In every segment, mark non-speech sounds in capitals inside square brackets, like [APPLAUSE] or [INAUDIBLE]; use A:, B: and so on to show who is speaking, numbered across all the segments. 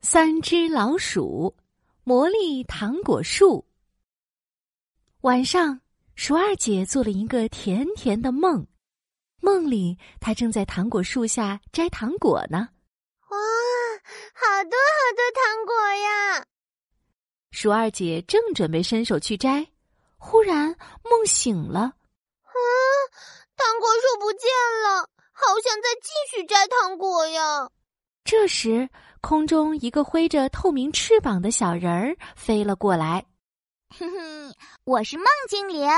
A: 三只老鼠，魔力糖果树。晚上，鼠二姐做了一个甜甜的梦，梦里她正在糖果树下摘糖果呢。
B: 哇，好多好多糖果呀！
A: 鼠二姐正准备伸手去摘，忽然梦醒了，
B: 啊，糖果树不见了，好想再继续摘糖果呀！
A: 这时，空中一个挥着透明翅膀的小人儿飞了过来。
C: 哼哼，我是梦精灵，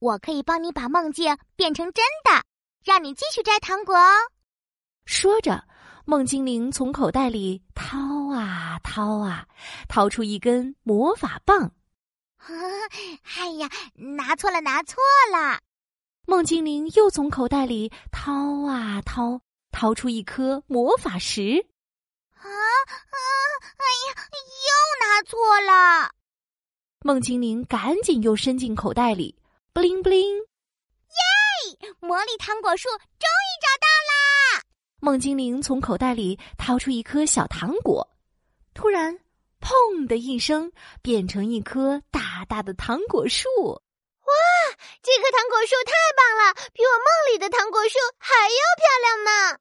C: 我可以帮你把梦境变成真的，让你继续摘糖果哦。 [LAUGHS]
A: 说着，梦精灵从口袋里掏啊掏啊，掏出一根魔法棒。
C: 哎呀，拿错了，拿错了！
A: 梦精灵又从口袋里掏啊掏，掏出一颗魔法石。
C: 啊啊！哎呀，又拿错了！
A: 梦精灵赶紧又伸进口袋里，布灵布灵。
C: 魔力糖果树终于找到啦！
A: 梦精灵从口袋里掏出一颗小糖果，突然“砰”的一声，变成一棵大大的糖果树。
B: 这棵糖果树太棒了，比我梦里的糖果树还要漂亮呢！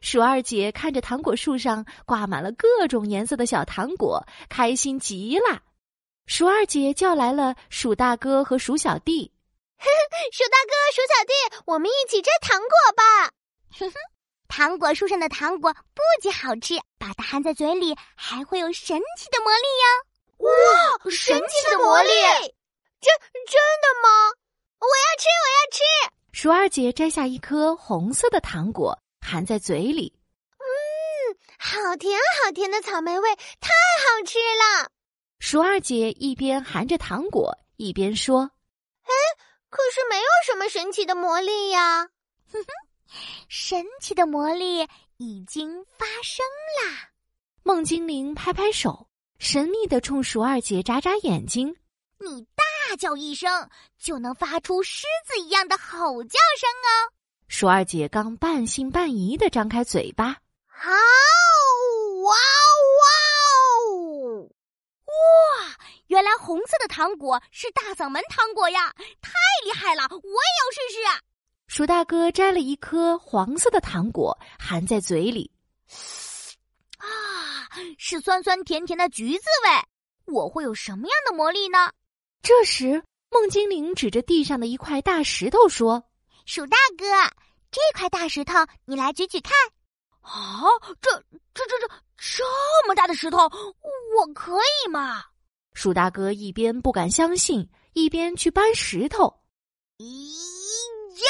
A: 鼠二姐看着糖果树上挂满了各种颜色的小糖果，开心极了。鼠二姐叫来了鼠大哥和鼠小弟，
B: 鼠大哥、鼠小弟，我们一起摘糖果吧！
C: 糖果树上的糖果不仅好吃，把它含在嘴里还会有神奇的魔力哟！
B: 哦神奇啊的魔力！真真的吗？我要吃，我要吃！
A: 鼠二姐摘下一颗红色的糖果，含在嘴里。
B: 好甜好甜的草莓味，太好吃了！
A: 鼠二姐一边含着糖果，一边说
B: 可是没有什么神奇的魔力呀。
C: 神奇的魔力已经发生。：“
A: 梦精灵拍拍手，神秘的冲鼠二姐眨眨眼睛。
C: 你大啊叫一声，就能发出狮子一样的吼叫声啊！”
A: 鼠二姐刚半信半疑的张开嘴巴，
B: 好，哇哦哇哦！
C: 原来红色的糖果是大嗓门糖果呀，太厉害了！我也要试试。
A: 鼠大哥摘了一颗黄色的糖果，含在嘴里。
C: 啊，是酸酸甜甜的橘子味，我会有什么样的魔力呢？
A: 这时，梦精灵指着地上的一块大石头说
C: 鼠大哥，这块大石头你来举举看。啊，这这这这这么大的石头，我可以吗？：“
A: 鼠大哥一边不敢相信，一边去搬石头。
C: 咦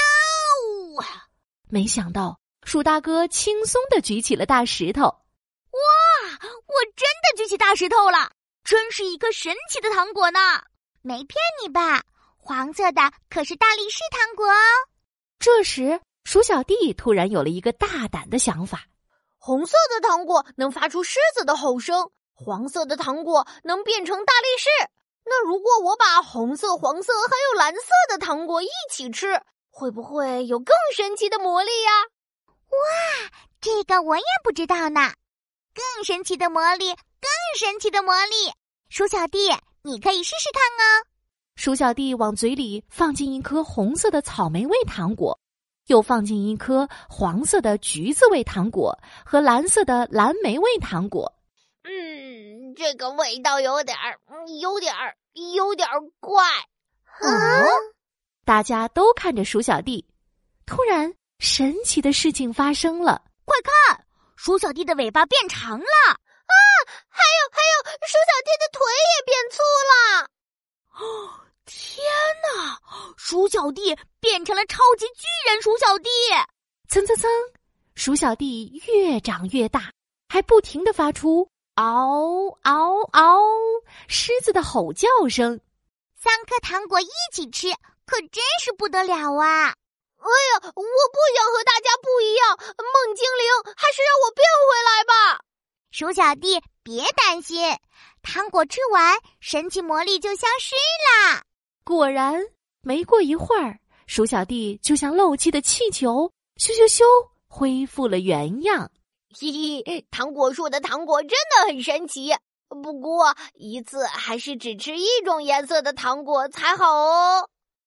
C: 哟！
A: 没想到，鼠大哥轻松的举起了大石头。
C: 我真的举起大石头了，真是一个神奇的糖果呢！没骗你吧？黄色的可是大力士糖果哦。
A: 这时，鼠小弟突然有了一个大胆的想法。
B: 红色的糖果能发出狮子的吼声，黄色的糖果能变成大力士。那如果我把红色、黄色还有蓝色的糖果一起吃，会不会有更神奇的魔力呀？
C: 这个我也不知道呢。更神奇的魔力，更神奇的魔力！鼠小弟，你可以试试看哦。
A: 鼠小弟往嘴里放进一颗红色的草莓味糖果，又放进一颗黄色的橘子味糖果和蓝色的蓝莓味糖果。
B: 嗯，这个味道有点儿，嗯有点儿，有点儿怪。呃
C: 啊，
A: 大家都看着鼠小弟。突然，神奇的事情发生了。
C: 鼠小弟的尾巴变长了，啊
B: 还有鼠小弟的腿也变粗了。
C: 哦天哪！鼠小弟变成了超级巨人鼠小弟。
A: 蹭蹭蹭，鼠小弟越长越大，还不停的发出嗷嗷嗷狮子的吼叫声。
C: 三颗糖果一起吃，可真是不得了啊！
B: 哎呀，我不想和大家不一样，梦精灵，还是让我变回来吧。
C: 鼠小弟，别担心，糖果吃完，神奇魔力就消失啦。
A: 果然，没过一会儿，鼠小弟就像漏气的气球，咻咻咻，恢复了原样。
B: 嘿嘿，糖果树的糖果真的很神奇。不过一次还是只吃一种颜色的糖果才好哦。